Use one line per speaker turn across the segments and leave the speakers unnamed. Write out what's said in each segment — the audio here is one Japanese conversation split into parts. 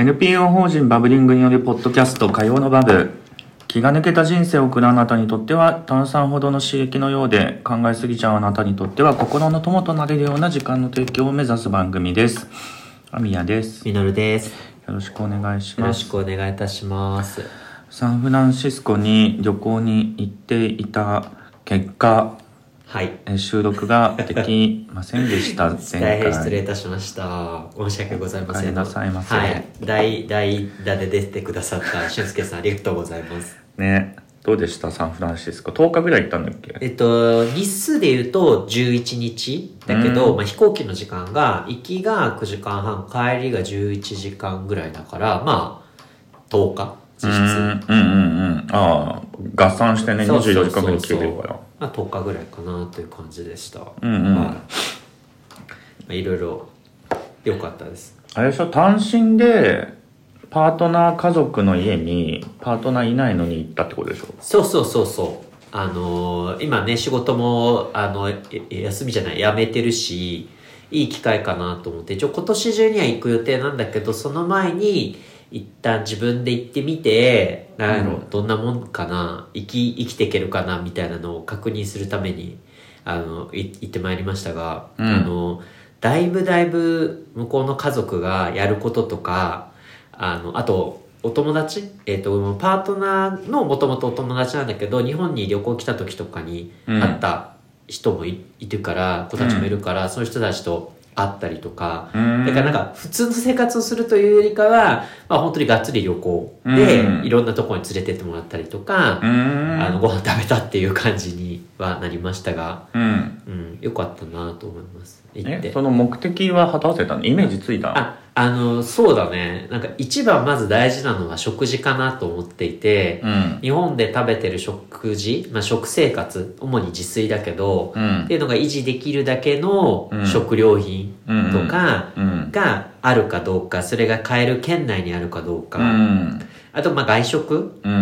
NPO 法人バブリングによるポッドキャスト火曜のバブ気が抜けた人生を送るあなたにとっては炭酸ほどの刺激のようで考えすぎちゃうあなたにとっては心の友となれるような時間の提供を目指す番組ですアミヤですよ
みのるです。
ろしくお願いし
よ
ま
ろ
す
しくお願いいたします。
サンフランシスコに旅行に行っていた結果
はい。
えー収録ができませんでした
大変失礼いたしました。申し訳ございませ
お
ん。
帰りなさいませ
はい。第、第一弾で出てくださった俊介さん、ありがとうございます。
ねどうでしたサンフランシスコ10日ぐらい行ったんだっけ
えっと、日数で言うと11日だけど、まあ、飛行機の時間が、行きが9時間半、帰りが11時間ぐらいだから、まあ、10日、実質。
うんうんうんうんああ合算してね
そうそうそう
24時間ぐらい消えてるから
まあ、10日ぐらいかなという感じでした。
うんうん
はいまあ、いろいろ良かったです。
あれでしょ単身でパートナー家族の家にパートナーいないのに行ったってことでしょ
そうそうそうそう。あのー今ね、仕事も、あの、ええ休みじゃない、辞めてるし、いい機会かなと思って、一応今年中には行く予定なんだけど、その前に、一旦自分で行ってみて、なんやろ、どんなもんかな、生き、生きていけるかな、みたいなのを確認するために、あの、い行ってまいりましたが、
うん
あの、だいぶだいぶ向こうの家族がやることとか、あの、あと、お友達えっ、と、パートナーのもともとお友達なんだけど、日本に旅行来た時とかに
うん
会った人もい,、るから、子たちもいるから、そういう人たちと会ったりとか、
うん
だからなんか普通の生活をするというよりかは、まあ本当にがっつり旅行で、
うん
いろんなところに連れてってもらったりとか、
うーん
あの、ご飯食べたっていう感じにはなりましたが、
うん
うん、よかったなと思います。行っ
え
て
そ。の目的は果たせたのイメージついたの
あ、あの、そうだね。なんか一番まず大事なのは食事かなと思っていて、
うん
日本で食べてる食事、まあ、食生活、主に自炊だけど、
う
っ
ん
ていうのが維持できるだけの
うん
食料品
うん
とか
うん
があるかどうか、それが買える県内にあるかどう
うんう
か、
ん
あとまあ外食
うんう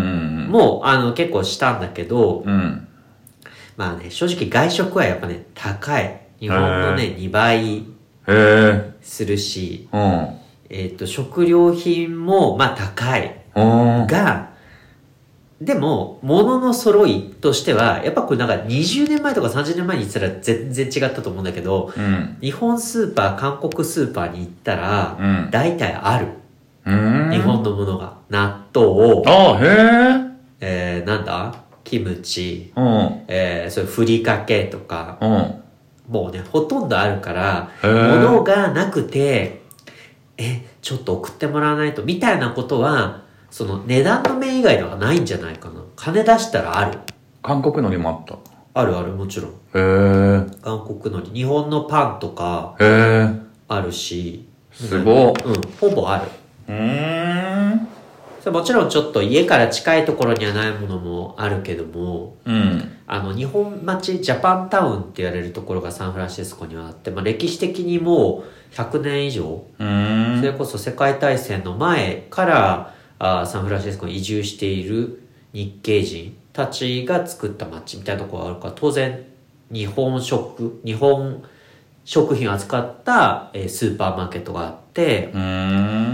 ん
もあの結構したんだけど、
うん
まあね、正直外食はやっぱね、高い。日本のね、2倍
へえ
するし、
うん
えっ、と、食料品もまあ高い。
うん
が、でも、物の揃いとしては、やっぱこれなんか20年前とか30年前に行ったら全然違ったと思うんだけど、
うん
日本スーパー、韓国スーパーに行ったら、
うん
大体ある。
うん
日本のものが。納豆、
あへえ
えー、なんだキムチ、
うん
えー、それふりかけとか、
うん
もうね、ほとんどあるから、
へー
物がなくて、え、ちょっと送ってもらわないと、みたいなことは、その値段の面以外ではないんじゃないかな。金出したらある。
韓国のりもあっ
あるある、もちろん。
たへえ
韓国のり、日本のパンとか
へえ
あるし、
すごっ
うん、ほぼある。
うーん
それもちろんちょっと家から近いところにはないものもあるけども、
うん
あの、日本町、ジャパンタウンって言われるところがサンフランシスコにはあって、まあ歴史的にもう100年以上、
うー
そ
ん
れこそ世界大戦の前からあーサンフランシスコに移住している日系人たちが作った街みたいなところがあるから当然日本食日本食品を扱った、えースーパーマーケットがあって
うー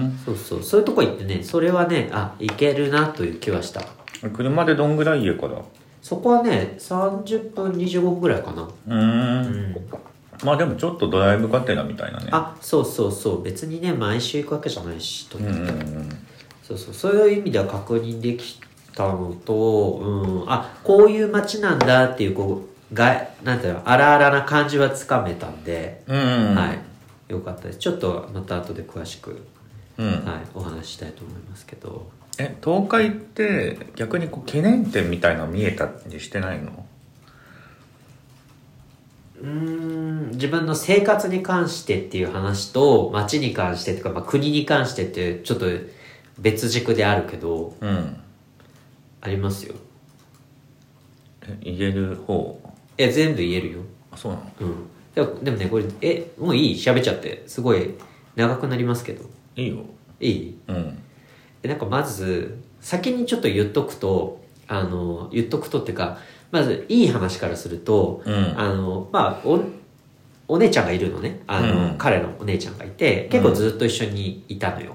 ん
そうそうそういうとこ行ってねそれはねあいけるなという気はした
車でどんぐらい家から
そこはね30分25分ぐらいかな
うー
うんん
まあでもちょっとドライブがてらみたいなね
あそうそうそう別にね毎週行くわけじゃないしと
うんうんうん
そうそうそういう意味では確認できたのと、うん、あこういう街なんだっていうこうがなんていうの荒々な感じはつかめたんで、
うんうん
はいよかったですちょっとまた後で詳しく、
うん
はい、お話ししたいと思いますけど
え東海って逆にこう懸念点みたいなの見えたりしてないの
うーん自分の生活に関してっていう話と街に関してとか、まあ、国に関してってちょっと別軸であるけど
うん
ありますよ
え言える方
え全部言えるよ
あそうなの
うんでもでもねこれえもういい喋っちゃってすごい長くなりますけど
いいよ
いい
うん
えなんかまず先にちょっと言っとくとあの言っとくとっていうかまずいい話からすると、
うん
あのまあおお姉ちゃんがいるのねあの、
うん
彼のお姉ちゃんがいて結構ずっと一緒にいたのよ、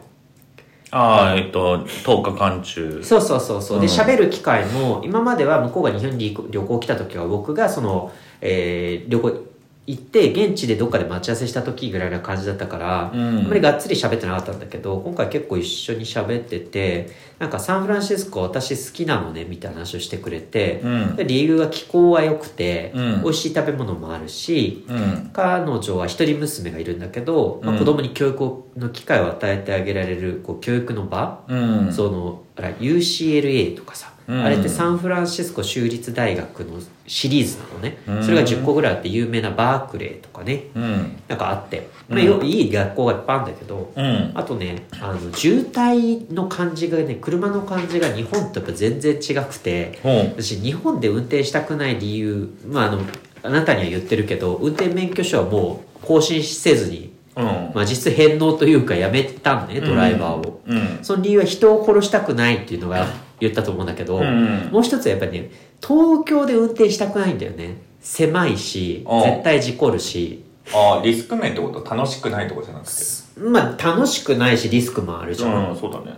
ああ、えっと、10日間中。
そうそうそうそう。で、
うん
喋る機会も、今までは向こうが日本に旅行来た時は、僕がその、えー旅行行って、現地でどっかで待ち合わせした時ぐらいな感じだったから、
うん
あんまりがっつり喋ってなかったんだけど、今回結構一緒に喋ってて、なんかサンフランシスコ私好きなのね、みたいな話をしてくれて
う、ん。
理由は気候は良くて、
うん
美味しい食べ物もあるし、
うん。
彼女は一人娘がいるんだけど、ま
う
あ、
ん
子供に教育の機会を与えてあげられるこう教育の場、
うん。
そのあら UCLA とかさ、
うん
あれってサンフランシスコ州立大学のシリーズなのね、
うん
それが10個ぐらいあって有名なバークレーとかね
うん。
なんかあって、
うん
まあ、よいい学校がいっぱいあるんだけど、
うん。
あとねあの渋滞の感じがね車の感じが日本とやっぱ全然違くて
ほう。
私日本で運転したくない理由まああのあなたには言ってるけど運転免許証はもう更新せずに、
うん。
まあ、実質返納というかやめたのねドライバーを。
うん。
その理由は人を殺したくないっていうのが言ったと思うんだけど、
うん
もう一つはやっぱりね、東京で運転したくないんだよね。狭いし
あ、あ
絶対事故るし、
ああ、リスク面ってこと楽しくないってことじゃなくて。
まあ楽しくないしリスクもあるじゃん。
うん、そうだね。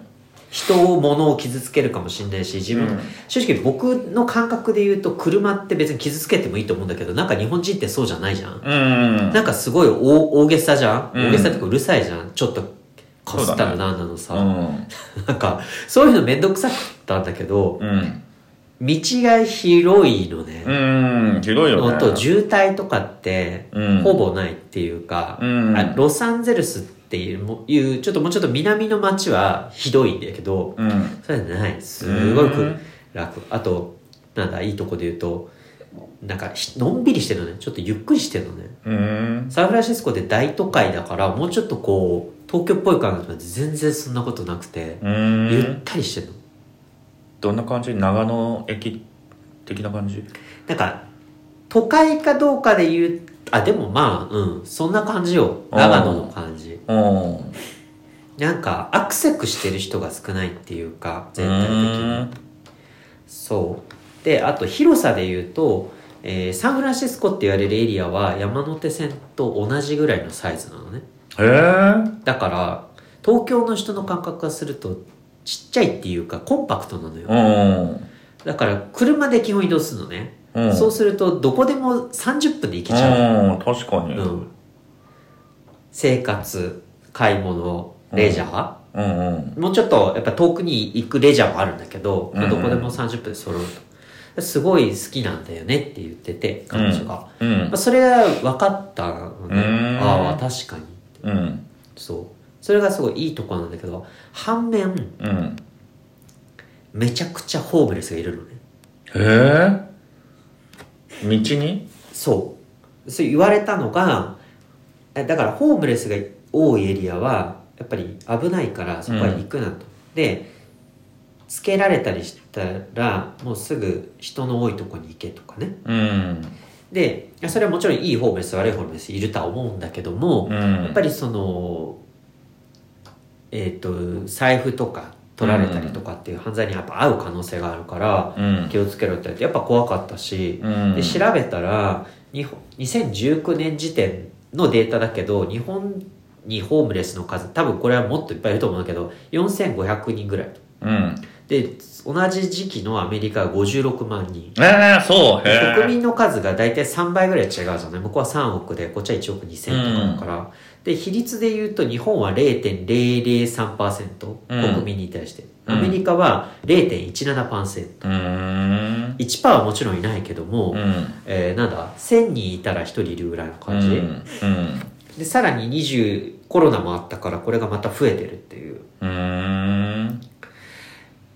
人を、物を傷つけるかもしれないし、自分、
うん
正直僕の感覚で言うと車って別に傷つけてもいいと思うんだけど、なんか日本人ってそうじゃないじゃん。
うん。
なんかすごい大大げさじゃん、
うん
大げさってかうるさいじゃんちょっとかすったらなんなのさ、
うん。
なんかそういうのめんどくさかったんだけど、
うん。
道が広いのね。
うん。ひどいよ
の
ね。
と渋滞とかって
うん
ほぼないっていうか、
うん
あロサンゼルスっていうもいうちょっともうちょっと南の町はひどいんだけど、
うん。
それないすご
う
く
ん
楽あとなんだいいとこで言うとなんかひのんびりしてるのねちょっとゆっくりしてるのね
うん。
サンフランシスコで大都会だからもうちょっとこう東京っぽい感じが全然そんなことなくて、
う
ゆっ
ん。
たりしてるの
どんな感じ長野駅的な感じ
なんか、都会かどうかで言う、あ、でもまあ、うん、そんな感じよ。長野の感じ。
うん。
なんか、アクセクしてる人が少ないっていうか、全体的に。そう。で、あと広さで言うと、えーサンフランシスコって言われるエリアは山手線と同じぐらいのサイズなのね。
へえ。
だから、東京の人の感覚がすると、ちっちゃいっていうか、コンパクトなのよ。
うん。
だから、車で基本移動するのね。
うん。
そうすると、どこでも30分で行けちゃう。
うん、確かに。う
うんん、生活買い物レジャー、
うん。
もうちょっとやっぱ遠くに行くレジャーもあるんだけど、
うん
どこでも30分で揃うとすごい好きなんだよねって言ってて彼女が、
う
ま
ん
あ、。それが分かったの
う
ね
ん
ああ確かに
うん。
そうそれがすごいいいとこなんだけど反面
うん。
めちゃくちゃホームレスがいるのね
へえ。道に
そうそう言われたのがえだからホームレスが多いエリアはやっぱり危ないからそこは行くなと、でつけられたりしたらもうすぐ人の多いとこに行けとかね
うん。
でいやそれはもちろんいいホームレス悪いホームレスいるとは思うんだけども、
う
やっ
ん
ぱ。りそのえっ、と財布とか取られたりとかっていう犯罪にやっぱ合う可能性があるから
うん。
気をつけろって言われてやっぱ怖かったし、
うん。
で調べたら日本2019年時点のデータだけど日本にホームレスの数多分これはもっといっぱいいると思うんだけど4500人ぐらい
うん。
で同じ時期のアメリカは56万人
ええ、そう。へえ。
国民の数が大体3倍ぐらい違うじゃない向こうは3億でこっちは1億2000とかだから、で比率で言うと日本は0.003%、
うん
国民に対して
うん
アメリカは0.17%、
うーん。
1%はもちろんいないけども、
うん。
えーなんだ1000人いたら1人いるぐらいの感じ、
うん。うん。
でさらに20コロナもあったからこれがまた増えてるっていう
うーん。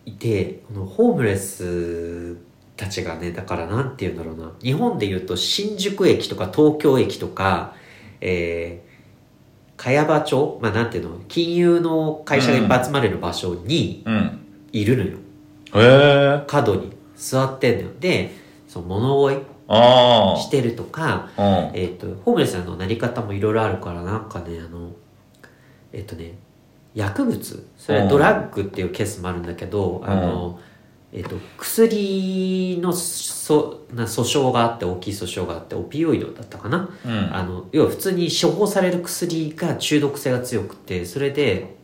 いてこのホームレスたちがねだからなんて言うんだろうな日本で言うと新宿駅とか東京駅とかえー、茅場町まあなんていうの金融の会社がいっぱい集まれる場所に
うん。
いるのよ、
へえ。
角に座ってんのよでその物乞い
あ
してるとか
あ。うん。
えっ、と、ホームレスのなり方もいろいろあるから、なんかね、あの、えっ、とね、薬物、それはドラッグっていうケースもあるんだけど、
ん
あの、えっ、と、薬のそな訴訟があって、大きい訴訟があって、オピオイドだったかな。
うん。
あの、要は普通に処方される薬が中毒性が強くて、それで、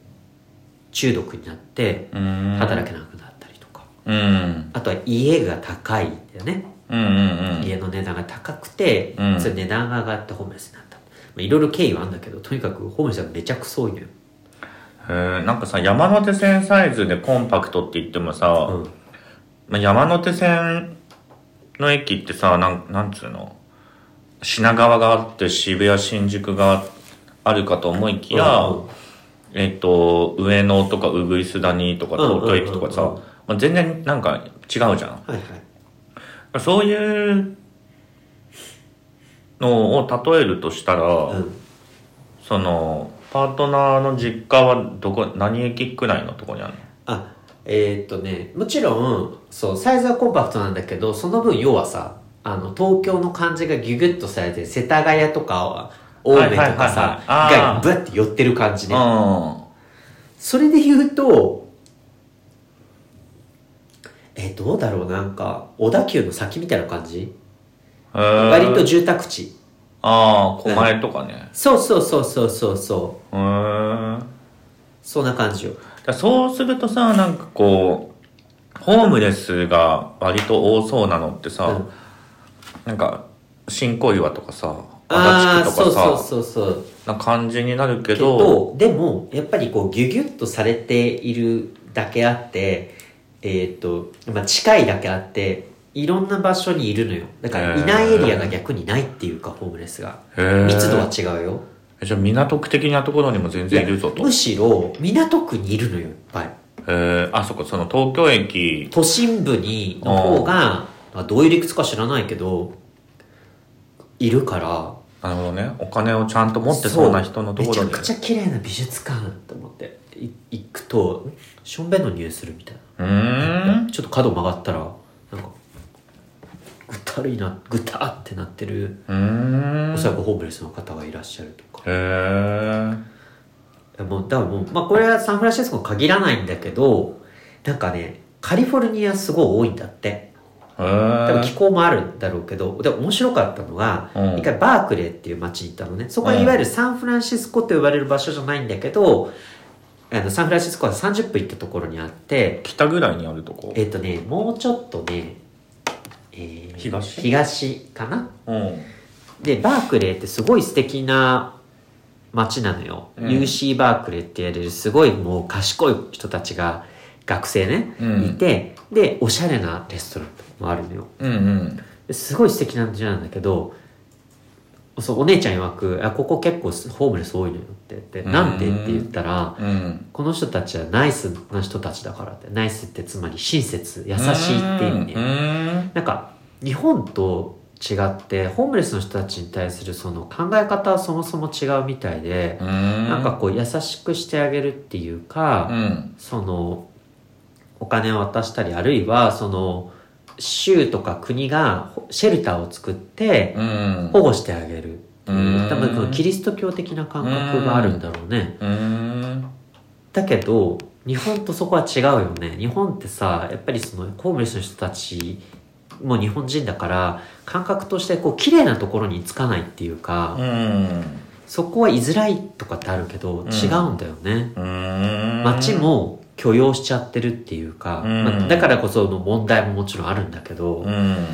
中毒になって
うん
働けなくなったりとか、
うん
あとは家が高いんだよね、
うんうん
家の値段が高くて、
うん
それ値段が上がってホームレスになった、まあ、いろいろ経緯はあるんだけどとにかくホームレスはめちゃくそ多いのよ、
えーなんかさ山手線サイズでコンパクトって言ってもさ、
うん
まあ山手線の駅ってさなんなんつうの品川があって渋谷新宿があるかと思いきや、
うん
えっと上野とか鶯谷とか
うんうんうん
東京駅とかさ、まあ、全然なんか違うじゃん
はいはい
そういうのを例えるとしたら、
うん
そのパートナーの実家はどこ何駅くらいのとこにあるの
あえーっとねもちろんそうサイズはコンパクトなんだけどその分要はさあの東京の感じがギュギュッとされて世田谷とかは青梅とかさ
はいはいはいはいあー
がブワッて寄ってる感じね
うん
それで言うとえどうだろうなんか小田急の先みたいな感じ
へー
割と住宅地
ああ狛江とかね
そうそうそうそうそうそう
へーだか
そんな感じよ
らそうするとさなんかこうホームレスが割と多そうなのってさ、
うん
なんか新小岩とかさ
あ
足
あ
立
ー
区
そう
とかさ
そうそうそう
な感じになるけ
け
ど
どでもやっぱりこうギュギュッとされているだけあってえーっと、まあ、近いだけあっていろんな場所にいるのよだからいないエリアが逆にないっていうかホームレスが
へー
密度は違うよ
えじゃあ港区的なところにも全然いるぞと
むしろ港区にいるのよいっぱい
えー、あそこその東京駅
都心部にの方がまあどういう理屈か知らないけどいるから
なるほどねお金をちゃんと持ってそうな人のところ
そう
に
めちゃくちゃ綺麗な美術館と思ってい行くとんしょんべんの匂いするみたいな
うーん
ちょっと角曲がったらなんかぐったるいなぐたーってなってる
うーん
おそらくホームレスの方がいらっしゃるとか
へー
いやもうだからもう、まあ、これはサンフランシスコに限らないんだけどなんかねカリフォルニアすごい多いんだって
へ
多分気
ー
候もあるんだろうけどでも面白かったのが、
うん
一回バークレーっていう街に行ったのねそこはいわゆるサンフランシスコと呼ばれる場所じゃないんだけどあのサンフランシスコは30分行ったところにあって
北ぐらいにあるとこ
えっ、とねもうちょっとね、えー
東
東かな
うん
でバークレーってすごい素敵な街なのよ、
うん
UC バークレーって言われるすごいもう賢い人たちが学生ね、
うん
いてでおしゃれなレストランもあるのよ
うんうん
ですごい素敵な街なんだけどそうお姉ちゃん曰くあ「ここ結構ホームレス多いのよ」って言って「
うん
なんで?」って言ったら
うん
「この人たちはナイスな人たちだから」ってナイスってつまり親切優しいって意味ね、
うーん
なんか日本と違ってホームレスの人たちに対するその考え方はそもそも違うみたいで
う、ーん
なんかこう優しくしてあげるっていうか、
うん
そのお金を渡したりあるいはその州とか国がほシェルターを作って
うん
保護してあげるっていう
うん
多分このキリスト教的な感覚があるんだろうね
うーん
だけど日本とそこは違うよね日本ってさやっぱりそのホームレスの人たちも日本人だから感覚としてこう綺麗なところにつかないっていうか、
うん
そこは居づらいとかってあるけど
ん
違うんだよね、
うーん
街も許容しちゃってるっていうか、
うん
まあだからこその問題ももちろんあるんだけど、
うん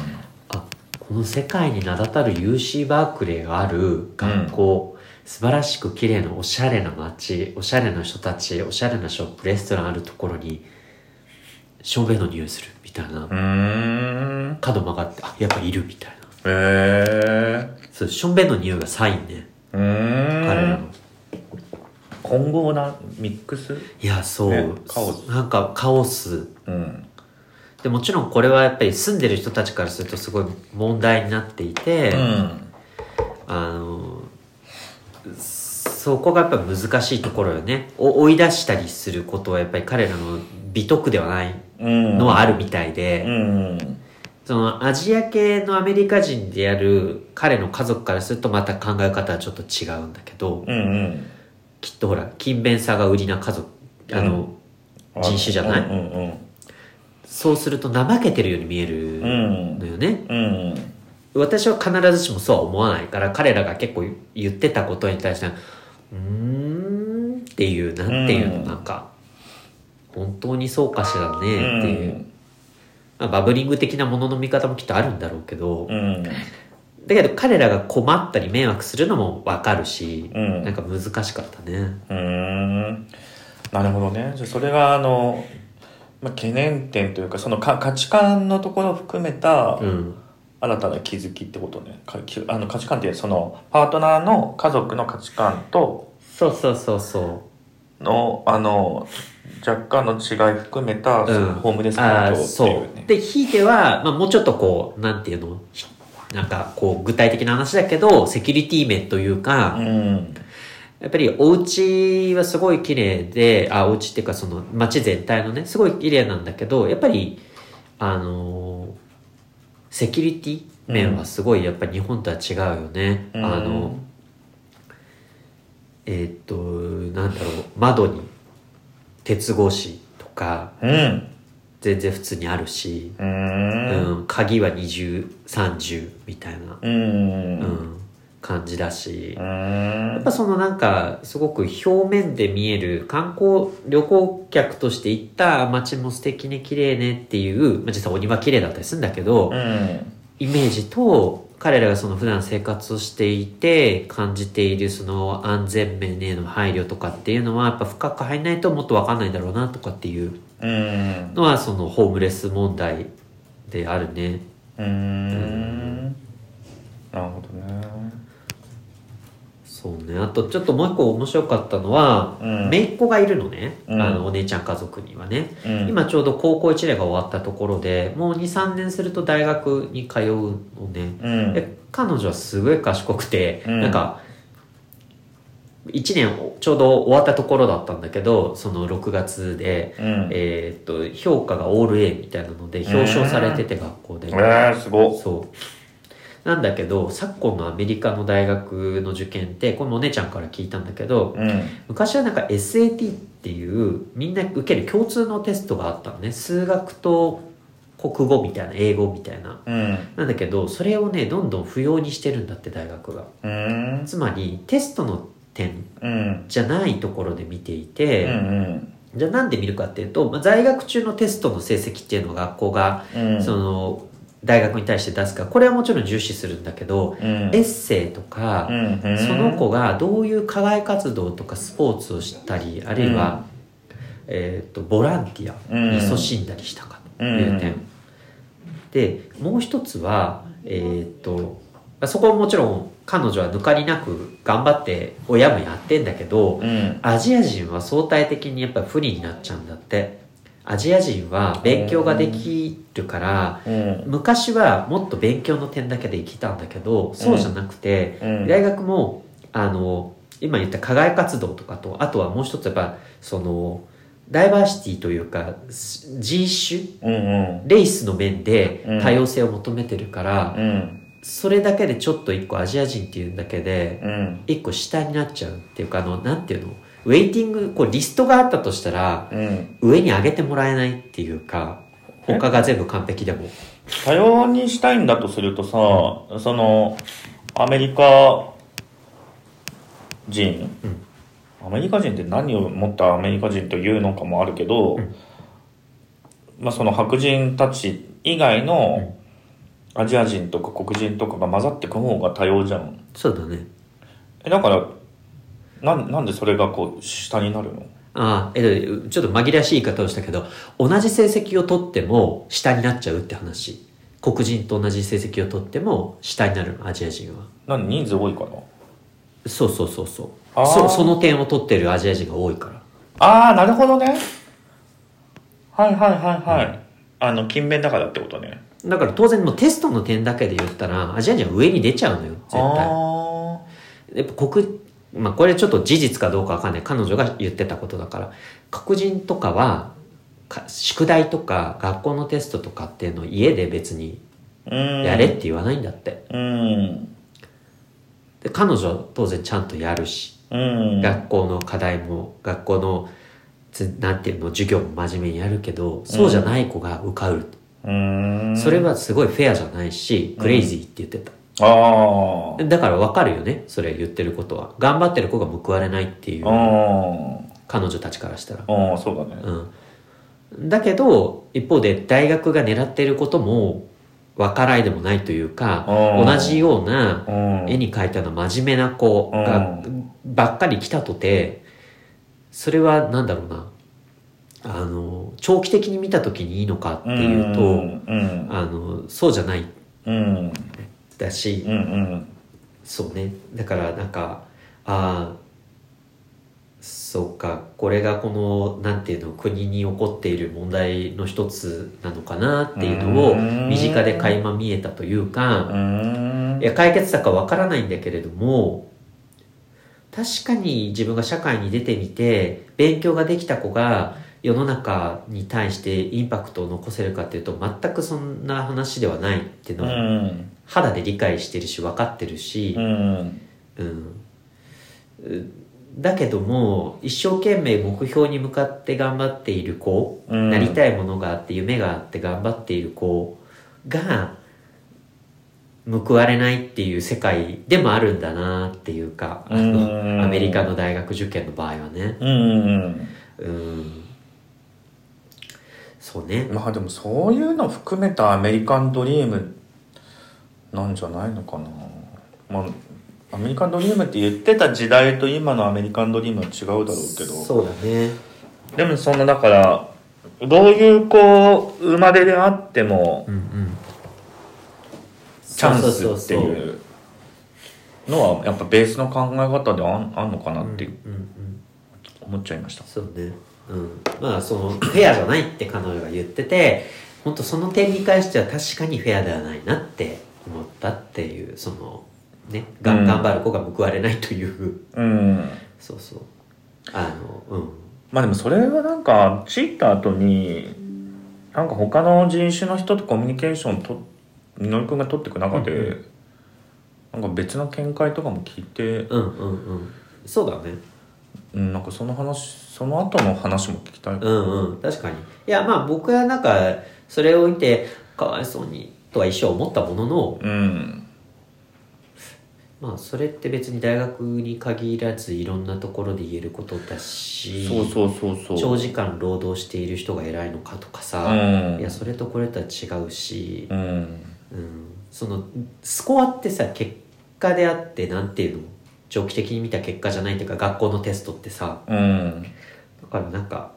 あこの世界に名だたる UC バークレーがある学校、素晴らしく綺麗なおしゃれな街おしゃれな人たちおしゃれなショップレストランあるところにしょんべんの匂いするみたいな
うーん
角曲がってあやっぱいるみたいな
へえ
そうしょんべんの匂いがサインね
うーん
彼らの
混合なミックス
いやそう、
ねカオス
なんかカオス
うん
でもちろんこれはやっぱり住んでる人たちからするとすごい問題になっていて、
うん
あのそこがやっぱ難しいところよねお追い出したりすることはやっぱり彼らの美徳ではない
うん
のはあるみたいうで、
ん
そのアジア系のアメリカ人である彼の家族からするとまた考え方はちょっと違うんだけど
うんうん
きっとほら勤勉さが売りな家族あの、
あ
人種じゃない
うんうん
そうすると怠けてるように見える
うん
のよね、
うん
私は必ずしもそうは思わないから彼らが結構言ってたことに対してうーんっていうなんていうの
うん
なんか、本当にそうかしらねっていう、
うん
まあ、バブリング的なものの見方もきっとあるんだろうけど、
うん
だけど彼らが困ったり迷惑するのも分かるし、
うん
なんか難しかったね
うーんなるほどねじゃあそれがあの、まあ、懸念点というかそのか価値観のところを含めた
うん
新たな気づきってことねかきあの価値観ってそのパートナーの家族の価値観と
そうそうそうそ
のあの若干の違い含めた、
う、うん、
ホームレス
あ
環境
ー
って
そ
いううね
でひいては、まあ、もうちょっとこうなんていうのひなんかこう具体的な話だけどセキュリティ面というか、
うん
やっぱりお家はすごい綺麗で、あ、お家っていうかその街全体のね、すごい綺麗なんだけど、やっぱり、あのーセキュリティ面はすごいやっぱり日本とは違うよね。
うん
あの、えーっと、なんだろう、窓に鉄格子とか、
うん
全然普通にあるし、
う
うんん、鍵は二重、三重みたいな、
うんうん
うん、感じだし、
うん
やっぱそのなんかすごく表面で見える観光旅行客として行った街も素敵ね綺麗ねっていう、まあ、実際お庭綺麗だったりするんだけど、イメージと彼らがその普段生活をしていて感じているその安全面への配慮とかっていうのはやっぱ深く入んないともっと分かんないだろうなとかっていう
うん
のはそのホームレス問題であるね。
うーんなるほどね
そうねあとちょっともう一個面白かったのは、
うん
姪っ子がいるのね、
うん
あのお姉ちゃん家族にはね、
うん
今ちょうど高校1年が終わったところでもう23年すると大学に通うのね、
うん
で彼女はすごい賢くて、
うん
なんか1年ちょうど終わったところだったんだけどその6月で、
うんえ
えーっと評価がオール A みたいなので表彰されてて学校で、
ー、すごっ
そう。なんだけど、昨今のアメリカの大学の受験って、これもお姉ちゃんから聞いたんだけど、
うん
昔はなんか SAT っていう、みんな受ける共通のテストがあったのね。数学と国語みたいな、英語みたいな。
うん
なんだけど、それをね、どんどん不要にしてるんだって、大学が。
うーん
つまり、テストの点
うん
じゃないところで見ていうて、
ん
じゃあなんで見るかっていうと、まあ、在学中のテストの成績っていうのを学校が
うん
その大学に対して出すかこれはもちろん重視するんだけど、
うん
エッセイとか、
うんうん
その子がどういう課外活動とかスポーツをしたりあるいは、えー、とボランティアに勤しんだりしたかという点、
うん
でもう一つは、えー、とまあそこはもちろん彼女は抜かりなく頑張って親もやってんだけど、
うん
アジア人は相対的にやっぱ不利になっちゃうんだってアジア人は勉強ができるから、
うん
昔はもっと勉強の点だけで生きたんだけどそうじゃなくて、
うん
大学もあの今言った課外活動とかとあとはもう一つやっぱそのダイバーシティというかす人種
うんうん
レイスの面で
うん
多様性を求めてるから、
うん
それだけでちょっと一個アジア人っていうだけで
うん
一個下になっちゃうっていうかあのなんていうのウェイティングこうリストがあったとしたら
うん
上に上げてもらえないっていうか他が全部完璧でも
多様にしたいんだとするとさそのアメリカ人、アメリカ人って何を持ったアメリカ人というのかもあるけど、
うん
まあ、その白人たち以外のアジア人とか黒人とかが混ざってく方が多様じゃん
そうだね
えだからなんなんでそれがこう下になるの
ああえっとちょっと紛らわしい言い方をしたけど同じ成績を取っても下になっちゃうって話黒人と同じ成績を取っても下になるのアジア人は
なん人数多いから
そうそうそうそう
あー
そその点を取ってるアジア人が多いから
ああなるほどねはいはいはいはい、あの勤勉だからってことね
だから当然もうテストの点だけで言ったらアジア人は上に出ちゃうのよ絶対
あ
やっぱ黒、まあ、これちょっと事実かどうかわかんない彼女が言ってたことだから黒人とかはか宿題とか学校のテストとかっていうのを家で別に
ーうん
やれって言わないんだって、
うん
で彼女は当然ちゃんとやるし、
うん
学校の課題も学校のつなんていうの授業も真面目にやるけどそうじゃない子が受かる、
うーん
それはすごいフェアじゃないしクレイジーって言ってた、
あ
だからわかるよねそれ言ってることは頑張ってる子が報われないってい
あ。う。
うん彼女たちからしたら
うん、そうだね。
うん、だけど、一方で大学が狙っていることも分からいでもないというか、
あー
同じような
うん
絵に描いたの真面目な子が
う
ばっかり来たとて、それはなんだろうな、あの、長期的に見た時にいいのかっていうと、
うん
あの、そうじゃない
うん
だし、
うんうん
そうねだからなんかああそうかこれがこのなんていうの国に起こっている問題の一つなのかなっていうの
う
を
ーん
身近で垣間見えたという
う
か
ん
いや解決策はわからないんだけれども確かに自分が社会に出てみて勉強ができた子が世の中に対してインパクトを残せるかっていうと全くそんな話ではないっていう
う
のは
ん
肌で理解してるし分かってるし、
うん
うん、だけども一生懸命目標に向かって頑張っている子、
うん
なりたいものがあって夢があって頑張っている子が報われないっていう世界でもあるんだなっていうか、あ
うん
のアメリカの大学受験の場合はね、
うん
うん、そうね、
まあでもそういうの含めたアメリカンドリームなんじゃないのかなまあアメリカンドリームって言ってた時代と今のアメリカンドリームは違うだろうけど
そうだね
でもそんなだからどういうこう生まれであっても
うんうん
チャン
そ
ス
そ
って
そ
いうのはやっぱベースの考え方であんあんのかなって
うんうん
思っちゃいました
そうね、うん、まあそのフェアじゃないって彼女が言ってて本当その点に関しては確かにフェアではないなって思ったっていうそのねが、
うん
頑張る子が報われないという
うん
そうそうあのうん
まあでもそれはなんかチーった後になんか他の人種の人とコミュニケーションとみのりくんが取っていく中で、
うんう
なんか別の見解とかも聞いて、
うんうんうんそうだね
うん、なんかその話その後の話も聞きたい、
うんうん確かにいやまあ僕はなんかそれを見てかわいそうにとは一生思ったものの
うん
まあそれって別に大学に限らずいろんなところで言えることだし
そうそうそうそう
長時間労働している人が偉いのかとか
う
さ、
ん
いやそれとこれとは違うし
う、ん
うん、そのスコアってさ結果であってなんていうの長期的に見た結果じゃないというか学校のテストってさ
うん
だからなんか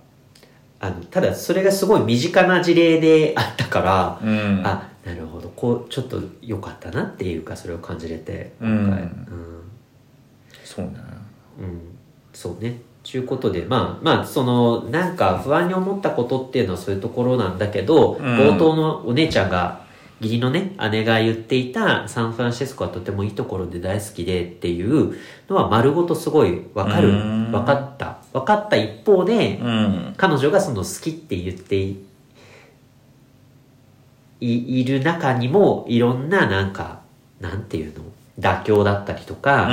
あのただそれがすごい身近な事例であったから、
うん
あなるほどこうちょっと良かったなっていうかそれを感じれて
う
今
ん
回、
そうね
うんうん、そうねちゅうことでまあまあそのなんか不安に思ったことっていうのはそういうところなんだけど、冒頭のお姉ちゃんが義理のね姉が言っていたサンフランシスコはとてもいいところで大好きでっていうのは丸ごとすごい分かる
うん
分かった分かった一方で
うん
彼女がその好きって言っていいいる中にもいろんななんかなんていうの妥協だったりとか、
う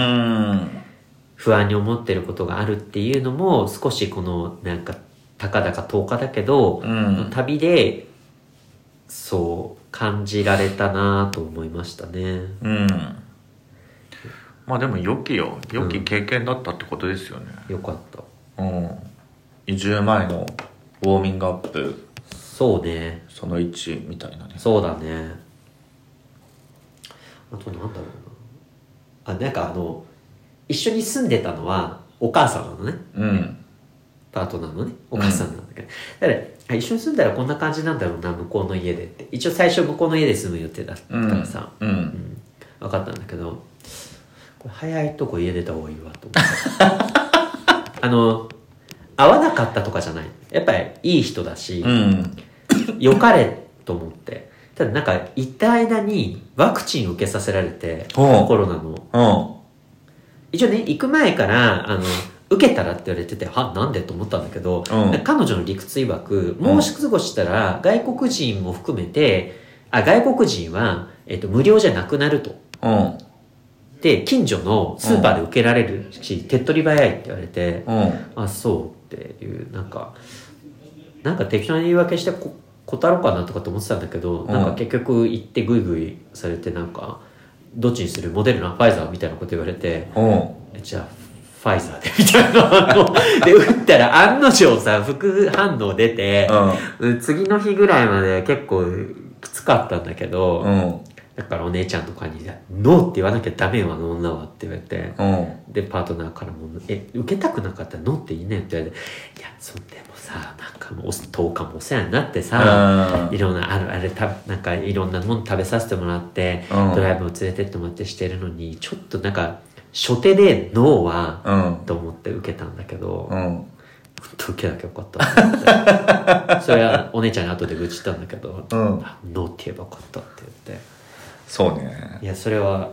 ん
不安に思ってることがあるっていうのも少しこのなんかたかだか10日だけど
う、ん
旅でそう感じられたなと思いましたね
うんまあでも良きよ良き経験だったってことですよね、
よかった
うん、移住前のウォーミングアップ
そうね
その1みたいなね
そうだねあとなんだろうなあなんかあの一緒に住んでたのはお母さんなのね
うん
パートナーのねお母さんなんだけど、だからあ一緒に住んだらこんな感じなんだろうな向こうの家でって一応最初向こうの家で住む予定だったからさ、
う
うんん、分かったんだけどこれ早いとこ家出た方がいいわと思って あの合わなかったとかじゃないやっぱりいい人だし、
うん
良かれと思ってただなんか行った間にワクチンを受けさせられてコ
ほう
ロナの
うん
一応ね行く前からあの受けたらって言われててはなんでと思ったんだけど、
うん
彼女の理屈曰く
うん
申し過ごしたら外国人も含めてあ外国人は、えっと、無料じゃなくなると。
うん
で近所のスーパーで受けられるし、手っ取り早いって言われて、
うん
あそうっていうなんかなんか適当な言い訳してこ答えろうかなとかと思ってたんだけど、
うん
なんか結局行ってグイグイされてなんかどっちにするモデルナファイザーみたいなこと言われて
うん
えじゃあファイザーでみたいなのを で打ったら案の定さ副反応出て、次の日ぐらいまで結構きつかったんだけど、
うんうん
だからお姉ちゃんとかに「ノーって言わなきゃダメよあの女は」って言われて、
うん
でパートナーからも「え受けたくなかったらノーって言いなよ」って言われて「いやそんでもさなんかもう10日もお世話になってさ、いろんなあるあれたなんかいろんなもの食べさせてもらって、
うん
ドライブも連れてってもらってしてるのにちょっとなんか初手でノーは、
うん
と思って受けたんだけど、
う
本
ん
当受けなきゃよかったと思ってそれはお姉ちゃんに後で愚痴ったんだけど「
うん
あノーって言えばよかった」って言って。
そうね
いやそれは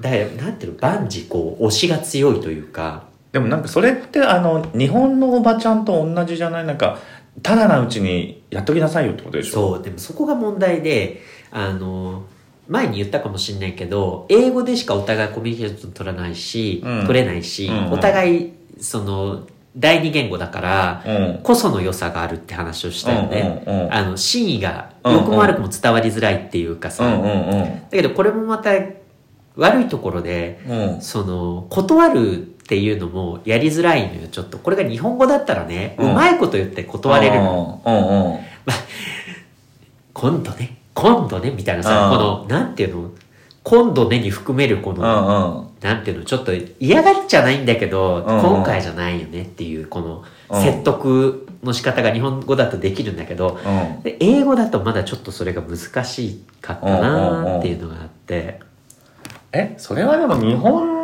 だからなんていうの万事こう推しが強いというか
でもなんかそれってあの日本のおばちゃんと同じじゃないなんかただなうちにやっときなさいよってことでしょ
そうでもそこが問題であの前に言ったかもしれないけど英語でしかお互いコミュニケーション取らないし、
うん
取れないし、
うんうん
お互いその第二言語だから
う、ん
こその良さがあるって話をしたよね、
うんうんうん
あの真意が
うんうん
良くも悪くも伝わりづらいっていうか
う
さ、
ん
だ
うんうん
けどこれもまた悪いところで
うん
その断るっていうのもやりづらいのよちょっとこれが日本語だったらね、う
うん
まいこと言って断れるの
うんうんうん
今度ね今度ねみたいなさ、
うん
このなんていうの今度ねに含めるこ
うん
の、
うん
なんていうのちょっと嫌がっちゃないんだけど、
うん
今回じゃないよねっていうこの
うん
説得の仕方が日本語だとできるんだけど、
うん
で英語だとまだちょっとそれが難しかったなっていうのがあって、
えそれはでも日本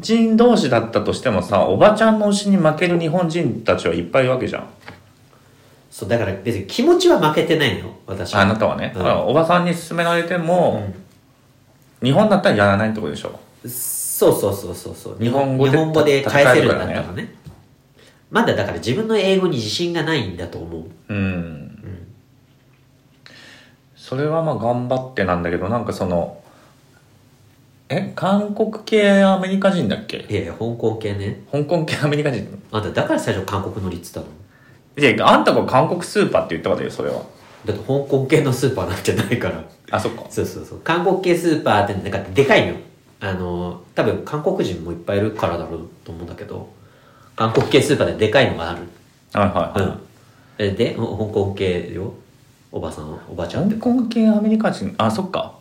人同士だったとしてもさおばちゃんの推しに負ける日本人たちはいっぱいいるわけじゃん
そうだから別に気持ちは負けてないの私は
あなたはね、
うん
だからおばさんに勧められても、日本だったらやらないってことでしょ
そうそうそうそうそう
日本語で
日本語で返せるんだった
戦える
ら
か
ねまだだから自分の英語に自信がないんだと思う
うん、それはまあ頑張ってなんだけどなんかそのえ韓国系アメリカ人だっけ
いやいや香港系ね
香港系アメリカ人
あんただから最初韓国乗りって言ったの
いやあんたが韓国スーパーって言ったわけよそれは
だって香港系のスーパーなんてないから
あそっか
そうそうそう韓国系スーパーってなんかでかいのあの多分韓国人もいっぱいいるからだろうと思うんだけど韓国系スーパーででかいのがある
はいはいはい、
うんえでほ香港系よおばさんおばちゃんって
香港系アメリカ人あそっか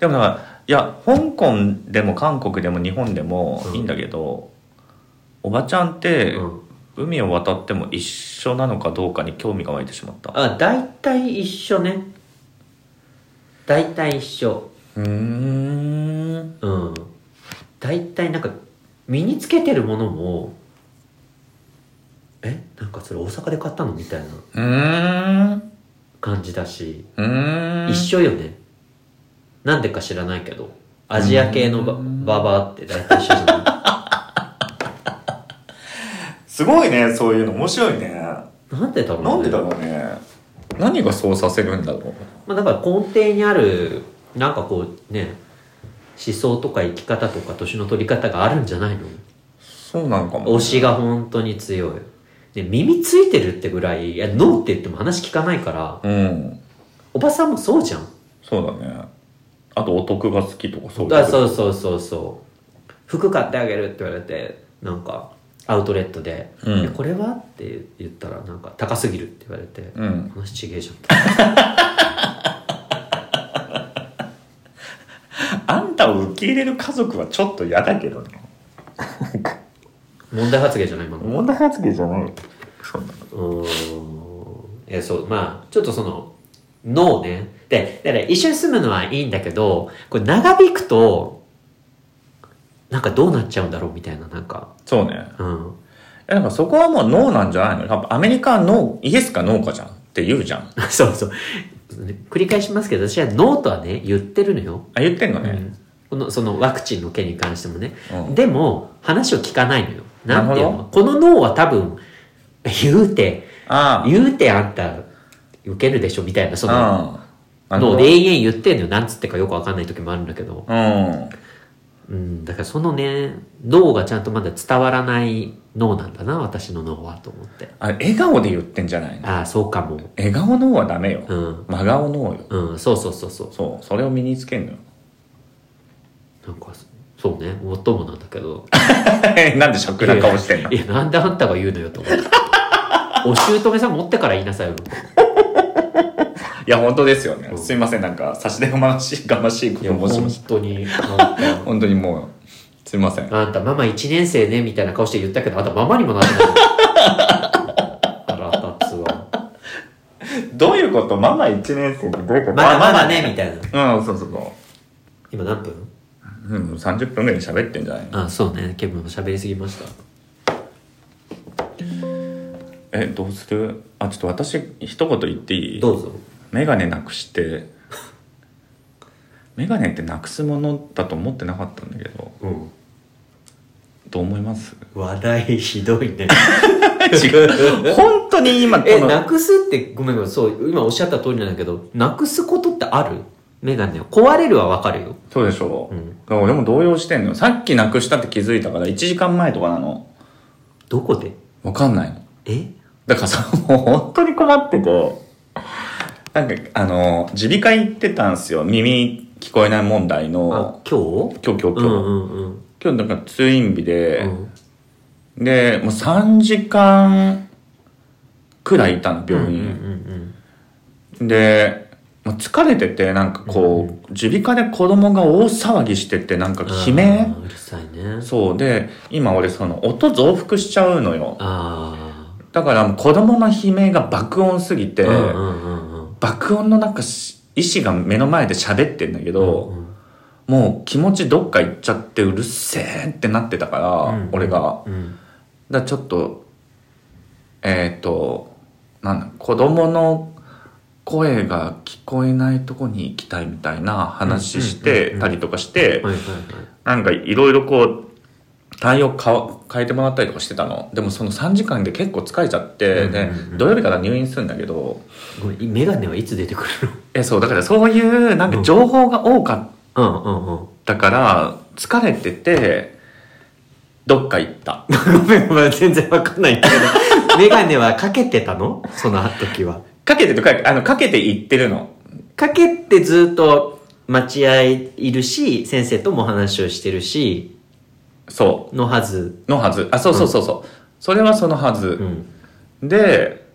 でもだからいや香港でも韓国でも日本でも
うん
いいんだけど、おばちゃんって
うん
海を渡っても一緒なのかどうかに興味が湧いてしまった
あ大体一緒ね大体一緒
うーん
うん大体なんか身につけてるものもえなんかそれ大阪で買ったのみたいな
うーん
感じだし、
うーん
一緒よねなんでか知らないけどアジア系のバ
うん
ババアって大体一緒じ ゃな
すごいねそういうの面白いね
いなんでだろう、ね、
ろうね何がそうさせるんだろう
まあ、だから根底にあるなんかこうね思想とか生き方とか年の取り方があるんじゃないの
そうなのかもね
推しが本当に強い。で、耳ついてるってぐらい、いや、ノーって言っても話聞かないから、
うん
おばさんもそうじゃん。
そうだねあとお得が好きとかそういう
だそうそうそうそう。服買ってあげるって言われて、なんか、アウトレットで、
うん
えこれはって言ったら、なんか、高すぎるって言われて、
うん
話ちげえじゃんって。
あんたを受け入れる家族はちょっと嫌だけどね。
問題発言じゃない、今の。
問題発言じゃない。そうなの。
うーんえそうまあちょっとその脳ねでだから一緒に住むのはいいんだけどこれ長引くとなんかどうなっちゃうんだろうみたいななんか
そうね。
うん
え、なんかそこはもうノーなんじゃないのやっぱアメリカはノー、イエスかノーかじゃんって言うじゃん。
そうそう繰り返しますけど私はノーとはね言ってるのよ、
あ、言ってんの
う
ね。
んこのそのワクチンの件に関してもね、
うん
でも話を聞かないのよなんていう
なる
のこの脳は多分 言うて
ああ。
言うてあんた受けるでしょみたいなその
うん。
ので永遠言ってんのよなんつってかよくわかんない時もあるんだけど、
うん。
うん、だからそのね脳がちゃんとまだ伝わらない脳なんだな私の脳はと思って
あれ、笑顔で言ってんじゃないの
ああそうかも
笑顔ノーはダメよ。
うん、
真顔ノーよ。
うん、そうそうそうそう
そう。それを身につけんのよ。
なんかそそうねもっともなんだけど
なんでショックな顔してんの
いやなんであんたが言うのよと思ってお姑さん持ってから言いなさいよ
いや、本当ですよね。すいません、なんか、差し出がましい、がましいこ
いや
と申しま
本
し
当になんか
た。本当にもう、すいません。
あんたママ1年生ねみたいな顔して言ったけどあんたママにもなってない腹立つわ
どういうことママ1年生ってどういうこと
まだまだねみたいな
な。うん、そうそうそ
今何分
う。うん、30分ぐらい喋ってんじゃないの
あそうねケブンも喋りすぎました
え、どうするあ、ちょっと私、一言言っていい
どうぞ
メガネなくして、メガネってなくすものだと思ってなかったんだけど、
うん
どう思います
話題ひ どいね
違う。本当に今、こ
えな
の、
くすってごめんごめんそう今おっしゃった通りなんだけどなくすことってあるメガネを壊れるはわかるよ
そうでしょ
うん
だから俺も動揺してんのよ。さっきなくしたって気づいたから、1時間前とかなの。
どこで
わかんないの。
え
だからさ、もう本当に困ってて、なんか、あの、耳鼻科行ってたんすよ。耳聞こえない問題
あ
の、
今日
今日今日今
うん
日。
うんうん
今日なんか通院日
う
で、
ん
で、もう3時間くらいいたの、
うんう
病
ん
院。
うん
で、もう疲れてて、なんかこう、耳鼻科で子供が大騒ぎしてて、なんか悲鳴
あーうるさいね
そうで、今俺その音増幅しちゃうのよ。
ああ
だからもう子供の悲鳴が爆音すぎて、
うんうんうんうん
爆音の中し医師が目の前で喋ってんだけど、
ん
もう気持ちどっか行っちゃってうるせえってなってたから、
うん
俺が
うん
だからちょっとえっ、となんだ子供の声が聞こえないとこに行きたいみたいな話し
うんうんうん
て
うん
たりとかして、
はいはいはい
なんかいろいろこう対応かわ変えてもらったりとかしてたのでもその3時間で結構疲れちゃって、
うんうんうん
で土曜日から入院するんだけど
ごめんメガネはいつ出てくる
えそうだからそういうなんか情報が多かった
のうんうんうん
だから疲れててどっか行った
ごめんごめん全然わかんないんだけどメガネはかけてたのその時は
かけてとかあのかけて行ってるの
かけてずっと待合いるし先生とも話をしてるし
そ
のはず
うのはずあそうそうそうそう、それはそのは
う
ず、
ん
で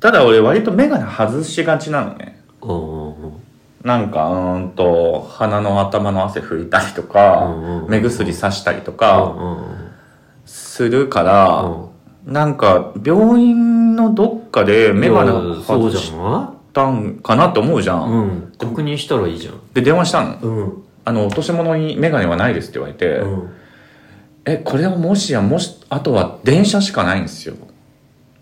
ただ俺割と眼鏡外しがちなのね
おお
なんかうーんと鼻の頭の汗拭いたりと
うんうん
か
うん
目薬さしたりと
あ
かするからなんか病院のどっかで眼鏡
そ
外
うじ
し
ゃな
たんかなって思うじゃ
い
ん、
うん確認したらいいじゃん
で電話したの
うん
あの、落とし物にメガネはないですって言われて、
うん
え、これはもしや、もし、あとは電車しかないんですよ。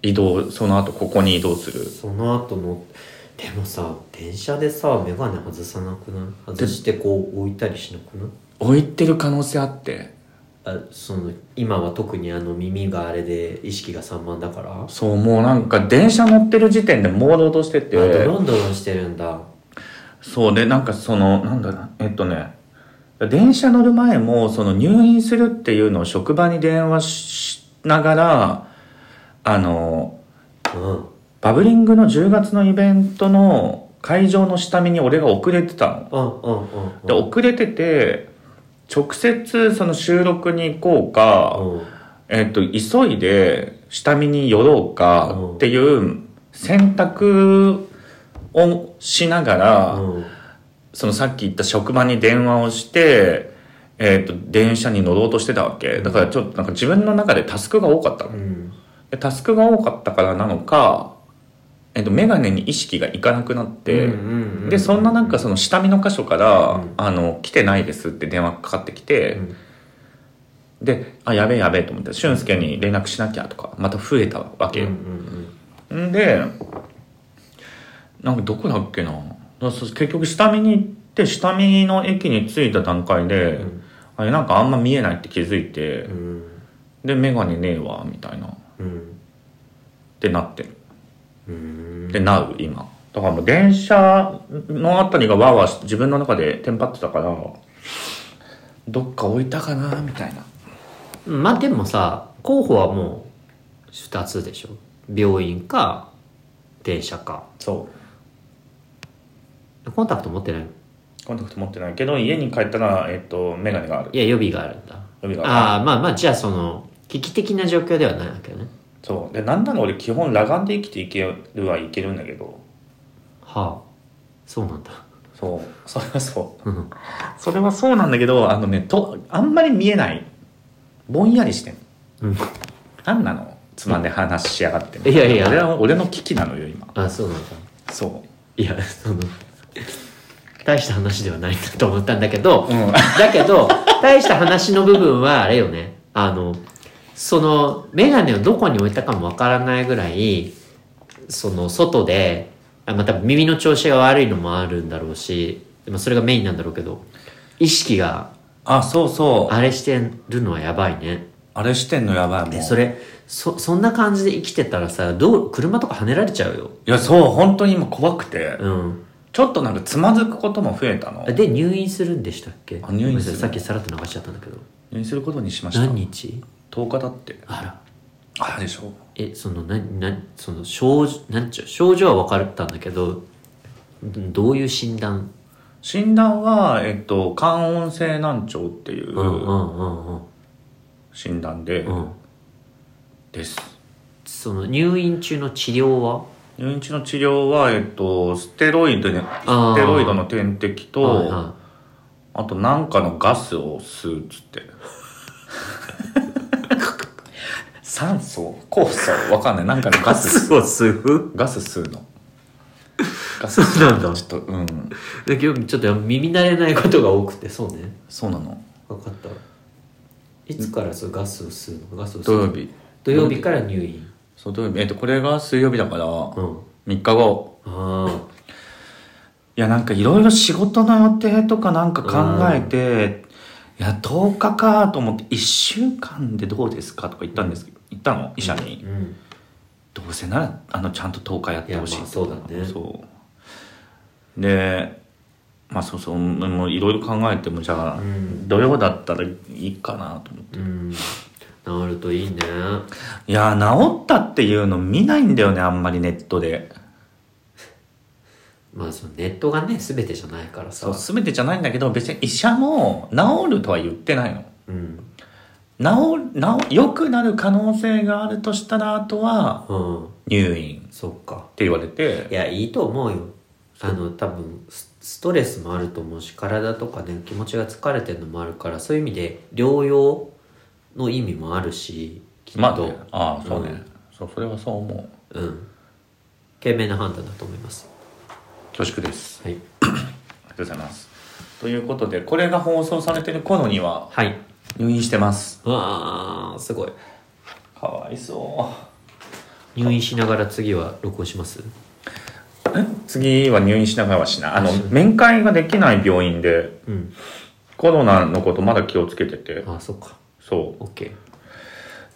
移動、その後ここに移動する。
その後のでもさ電車でさメガネ外さなくない外してこう置いたりしなくない
置いてる可能性あって、
あその今は特にあの耳があれで意識が散漫だからあ
そう、もうなんか電車乗ってる時点で朦朧としてて、
ドロンドロンしてるんだ
そうで、なんかその、なんだろうな、えっとね、電車乗る前も、その入院するっていうのを職場に電話しながら、あの、
うん
バブリングの10月のイベントの会場の下見に俺が遅れてたの。
うんうんうん
で遅れてて直接その収録に行こうか、
うん
えっと急いで下見に寄ろうかっていう選択をしながら、
うん
そのさっき言った職場に電話をして、えっと電車に乗ろうとしてたわけだからちょっとなんか自分の中でタスクが多かったの
うん
でタスクが多かったからなのか、えっと眼鏡に意識がいかなくなって。
うんうんうん
でそんななんかその下見の箇所から「
うん
あの来てないです」って電話かかってき
う
て、
ん
で「あやべえやべえ」と思って俊介に連絡しなきゃとかまた増えたわ
うんう
け、
ん
ん、でなんかどこだっけなだそ結局下見に行って下見の駅に着いた段階で、
うん
あれなんかあんま見えないって気づいて、
うん
で眼鏡ねえわみたいなっ
うん
てなってる
うん
でなう今だからもう電車のあたりがわーわー自分の中でテンパってたからどっか置いたかなみたいな
まあでもさ候補はもう2つでしょ病院か電車か
そ
コンタクト持ってないの
うコンタクト持ってないけど家に帰ったら、えっと、眼鏡がある
いや予備があるんだ
予備がある
ああまあまあじゃあその危機的な状況ではないわけね
そうでなんなら俺基本裸眼で生きていけるはいけるんだけど
はあそうなんだ
そうそれはそう
うん
それはそうなんだけどあのねとあんまり見えないぼんやりしてん
うん
なんなのつまんで話しやがって
いやいや
俺は俺の危機なのよ今
あそうなんだ
そ
いやその大した話ではないなと思ったんだけど、
ううん
だけど大した話の部分はあれよねあのその眼鏡をどこに置いたかもわからないぐらいその外であまた耳の調子が悪いのもあるんだろうしでもそれがメインなんだろうけど意識が
あそうそうあ
あれしてるのはやばいね
れしてんのやばいも
で
ん
それそそんな感じで生きてたらさどう車とか跳ねられちゃうよ
いやそう本当に今怖くて、
うん
ちょっとなんかつまずくことも増えたの
で入院するんでしたっけ
あ入院する
ごめんなさいさっきさらっと流しちゃったんだけど
入院することにしました
何日
10日だって
あら
あれでしょ
えそのななその症状なんちゅう症状は分かったんだけどんどういう診断
診断は、えっと、肝音性難聴ってい
うんう
うん
うんうん
診断で、
うん
です
その入院中の治療は
入院中の治療は、えっと、ステロイドね
あー
ステロイドの点滴と、
はいは
あとなんかのガスを吸うっつって酸素酵素わかんないなんかのガス
を吸う
ガス吸うのガス
そうなんだ
ちょっとうん
で今日ちょっと耳慣れないことが多くてそうね
そうなの
分かったいつからそうガスを吸うのガスを吸
土
う
曜日
土曜日から入院
そう土曜日えっとこれが水曜日だから、
うん
3日後
あ
いやなんかいろいろ仕事の予定とかなんか考えて、いや10日かと思って1週間でどうですかとか言ったんですけど言ったの医者
あ
に、
うん
どうせならあのちゃんと10日やってほしい
いやまあそうだね
そうでまあそうそうもういろいろ考えてもじゃあ、
うん
土曜だったらいいかなと思って
うん治るといいね
いやー治ったっていうの見ないんだよねあんまりネットで
まあそのネットがね全てじゃないからさ
そう全てじゃないんだけど別に医者も治るとは言ってないの
うん
治る治良くなる可能性があるとしたらあとは
うん
入院っ
そっか
て言われて
いやいいと思うよあの多分スストレスもあると思うし体とかね気持ちが疲れてるのもあるからそういう意味で療養の意味もあるしきっと、
まあ、ね、ああそうね、
うん
そうそれはそう思う
うん賢明な判断だと思います
恐縮です
はい
ありがとうございますということでこれが放送されてる頃には
はい
入院してます
わあすごい
かわいそう
入院しながら次は録音します
え次は入院しながらはしないあの面会ができない病院で
うん
コロナのことまだ気をつけてて
あそっか
そう
OK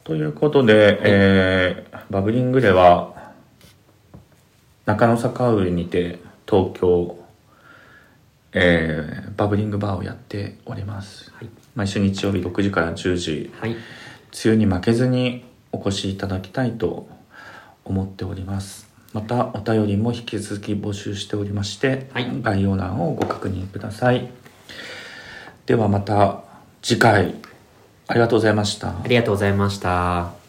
ということで、えーバブリングでは中野坂上にて東京、えーバブリングバーをやっております、
はい
毎週日曜日6時から10時
はい
梅雨に負けずにお越しいただきたいと思っておりますまたお便りも引き続き募集しておりまして、
はい
概要欄をご確認くださいではまた次回ありがとうございました
ありがとうございました